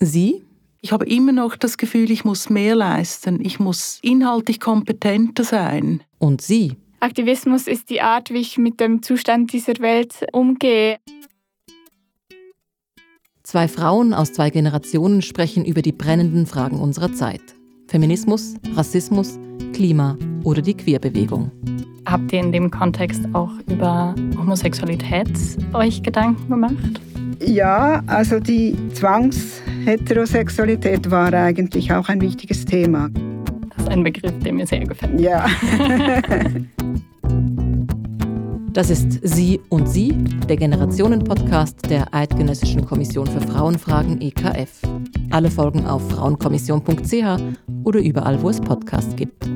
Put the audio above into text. Sie? Ich habe immer noch das Gefühl, ich muss mehr leisten, ich muss inhaltlich kompetenter sein. Und Sie? Aktivismus ist die Art, wie ich mit dem Zustand dieser Welt umgehe. Zwei Frauen aus zwei Generationen sprechen über die brennenden Fragen unserer Zeit. Feminismus, Rassismus, Klima oder die Queerbewegung. Habt ihr in dem Kontext auch über Homosexualität euch Gedanken gemacht? Ja, also die Zwangsheterosexualität war eigentlich auch ein wichtiges Thema. Das ist ein Begriff, der mir sehr gefällt. Ja. Das ist Sie und Sie, der Generationen-Podcast der Eidgenössischen Kommission für Frauenfragen E EKF. Alle Folgen auf frauenkommission.ch oder überall, wo es Podcasts gibt.